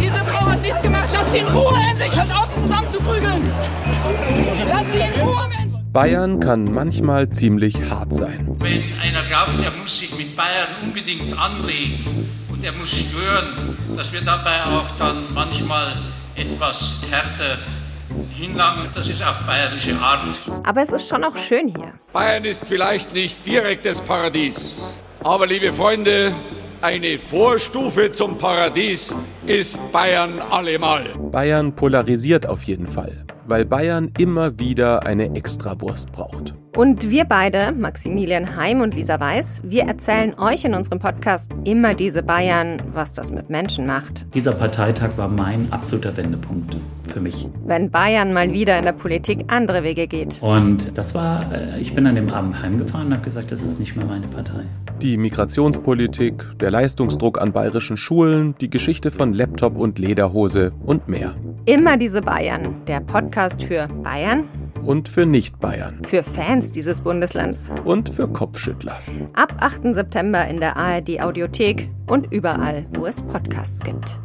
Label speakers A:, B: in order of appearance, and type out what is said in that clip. A: Diese Frau hat nichts gemacht. Lasst sie in Ruhe, endlich. Hört auf, sie zusammenzuprügeln. Lasst sie in Ruhe, Mensch.
B: Bayern kann manchmal ziemlich hart sein.
C: Wenn einer glaubt, er muss sich mit Bayern unbedingt anlegen und er muss stören, dass wir dabei auch dann manchmal etwas härter hinlangen, das ist auch bayerische Art.
D: Aber es ist schon auch schön hier.
E: Bayern ist vielleicht nicht direkt das Paradies. Aber liebe Freunde, eine Vorstufe zum Paradies ist Bayern allemal.
B: Bayern polarisiert auf jeden Fall, weil Bayern immer wieder eine Extrawurst braucht.
D: Und wir beide, Maximilian Heim und Lisa Weiß, wir erzählen euch in unserem Podcast immer diese Bayern, was das mit Menschen macht.
F: Dieser Parteitag war mein absoluter Wendepunkt für mich.
D: Wenn Bayern mal wieder in der Politik andere Wege geht.
F: Und das war, äh, ich bin an dem Abend heimgefahren und habe gesagt, das ist nicht mehr meine Partei.
B: Die Migrationspolitik, der Leistungsdruck an bayerischen Schulen, die Geschichte von Laptop und Lederhose und mehr.
D: Immer diese Bayern, der Podcast für Bayern,
B: Und für Nicht-Bayern.
D: für Fans dieses Bundeslands.
B: Und für Kopfschüttler.
D: Ab 8. September in der ARD Audiothek und überall, wo es Podcasts gibt.